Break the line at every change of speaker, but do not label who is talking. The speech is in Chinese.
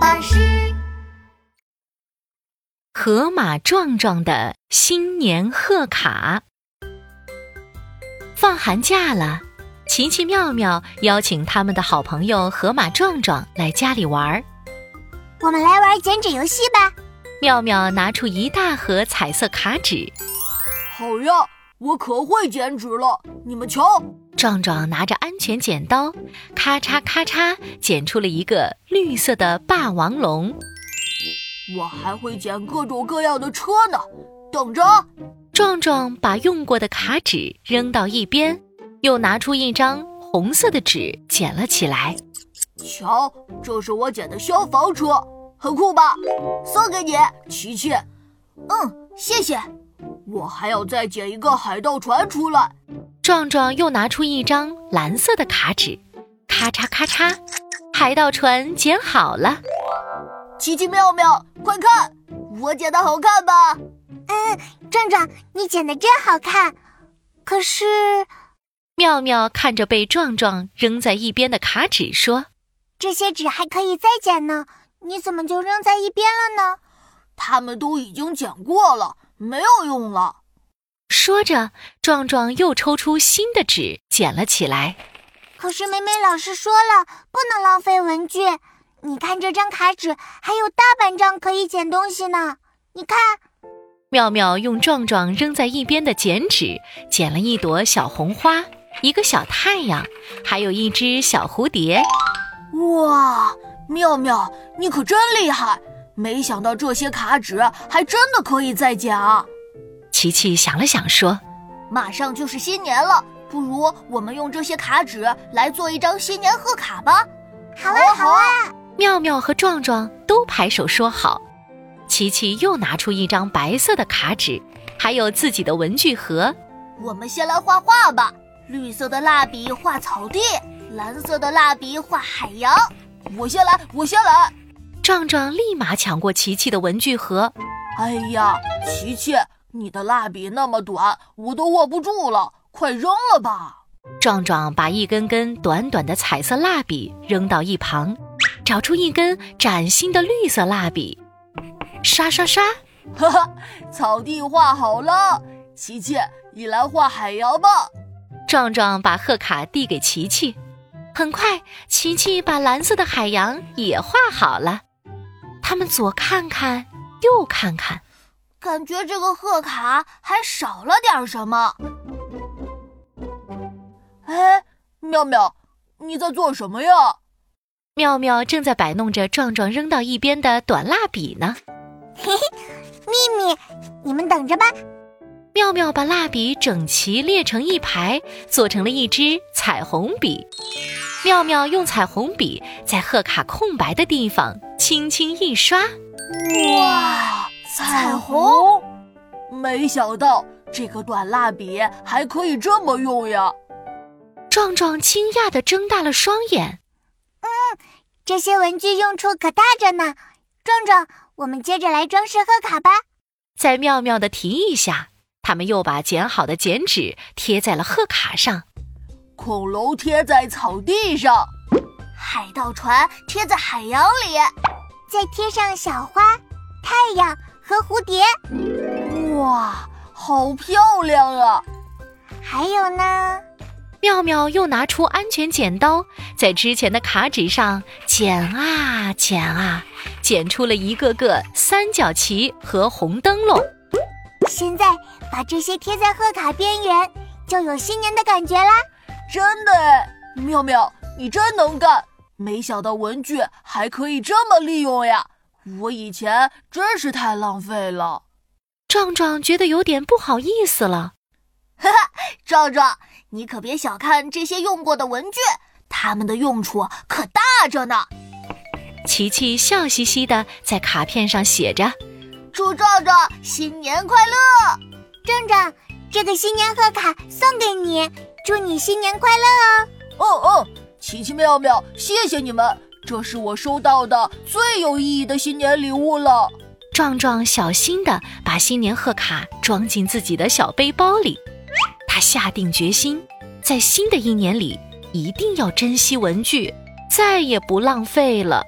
巴士。
河马壮壮的新年贺卡。放寒假了，奇奇妙妙邀请他们的好朋友河马壮壮来家里玩儿。
我们来玩剪纸游戏吧，
妙妙拿出一大盒彩色卡纸，
好呀，我可会剪纸了，你们瞧，
壮壮拿着安全剪刀，咔嚓咔嚓剪出了一个绿色的霸王龙。
我还会剪各种各样的车呢。等着，
壮壮把用过的卡纸扔到一边，又拿出一张红色的纸剪了起来。
瞧，这是我剪的消防车，很酷吧？送给你，琪琪。
嗯，谢谢。
我还要再剪一个海盗船出来。
壮壮又拿出一张蓝色的卡纸，咔嚓咔嚓，海盗船剪好了。
奇奇妙妙，快看，我剪的好看吧？
嗯，壮壮，你剪的真好看。可是，
妙妙看着被壮壮扔在一边的卡纸说：“
这些纸还可以再剪呢，你怎么就扔在一边了呢？
他们都已经剪过了，没有用了。”
说着，壮壮又抽出新的纸剪了起来。
可是美美老师说了，不能浪费文具。你看这张卡纸还有大半张可以剪东西呢。你看，
妙妙用壮壮扔在一边的剪纸剪了一朵小红花，一个小太阳，还有一只小蝴蝶。
哇，妙妙，你可真厉害！没想到这些卡纸还真的可以再剪啊。
琪琪想了想说：“
马上就是新年了，不如我们用这些卡纸来做一张新年贺卡吧。”
好啊，好啊。
妙妙和壮壮都拍手说好，琪琪又拿出一张白色的卡纸，还有自己的文具盒。
我们先来画画吧，绿色的蜡笔画草地，蓝色的蜡笔画海洋。我先来，我先来。
壮壮立马抢过琪琪的文具盒。
哎呀，琪琪，你的蜡笔那么短，我都握不住了，快扔了吧！
壮壮把一根根短短的彩色蜡笔扔到一旁。找出一根崭新的绿色蜡笔，刷刷刷，
哈哈，草地画好了。琪琪，你来画海洋吧。
壮壮把贺卡递给琪琪，很快，琪琪把蓝色的海洋也画好了。他们左看看，右看看，
感觉这个贺卡还少了点什么。哎，妙妙，你在做什么呀？
妙妙正在摆弄着壮壮扔到一边的短蜡笔呢。
嘿嘿， 秘密，你们等着吧。
妙妙把蜡笔整齐列成一排，做成了一支彩虹笔。妙妙用彩虹笔在贺卡空白的地方轻轻一刷，
哇，彩虹！没想到这个短蜡笔还可以这么用呀！
壮壮惊讶地睁大了双眼。
这些文具用处可大着呢，壮壮，我们接着来装饰贺卡吧。
在妙妙的提议下，他们又把剪好的剪纸贴在了贺卡上，
恐龙贴在草地上，
海盗船贴在海洋里，再贴上小花、太阳和蝴蝶。
哇，好漂亮啊！
还有呢？
妙妙又拿出安全剪刀，在之前的卡纸上剪啊剪啊，剪出了一个个三角旗和红灯笼。
现在把这些贴在贺卡边缘，就有新年的感觉啦！
真的哎，妙妙，你真能干！没想到文具还可以这么利用呀，我以前真是太浪费了。
壮壮觉得有点不好意思了。
哈哈，壮壮，你可别小看这些用过的文具，它们的用处可大着呢。
琪琪笑嘻嘻的在卡片上写着：“
祝壮壮新年快乐！”
壮壮，这个新年贺卡送给你，祝你新年快
哦！
乐
哦哦，奇奇妙妙，谢谢你们，这是我收到的最有意义的新年礼物了。
壮壮小心的把新年贺卡装进自己的小背包里。他下定决心，在新的一年里一定要珍惜文具，再也不浪费了。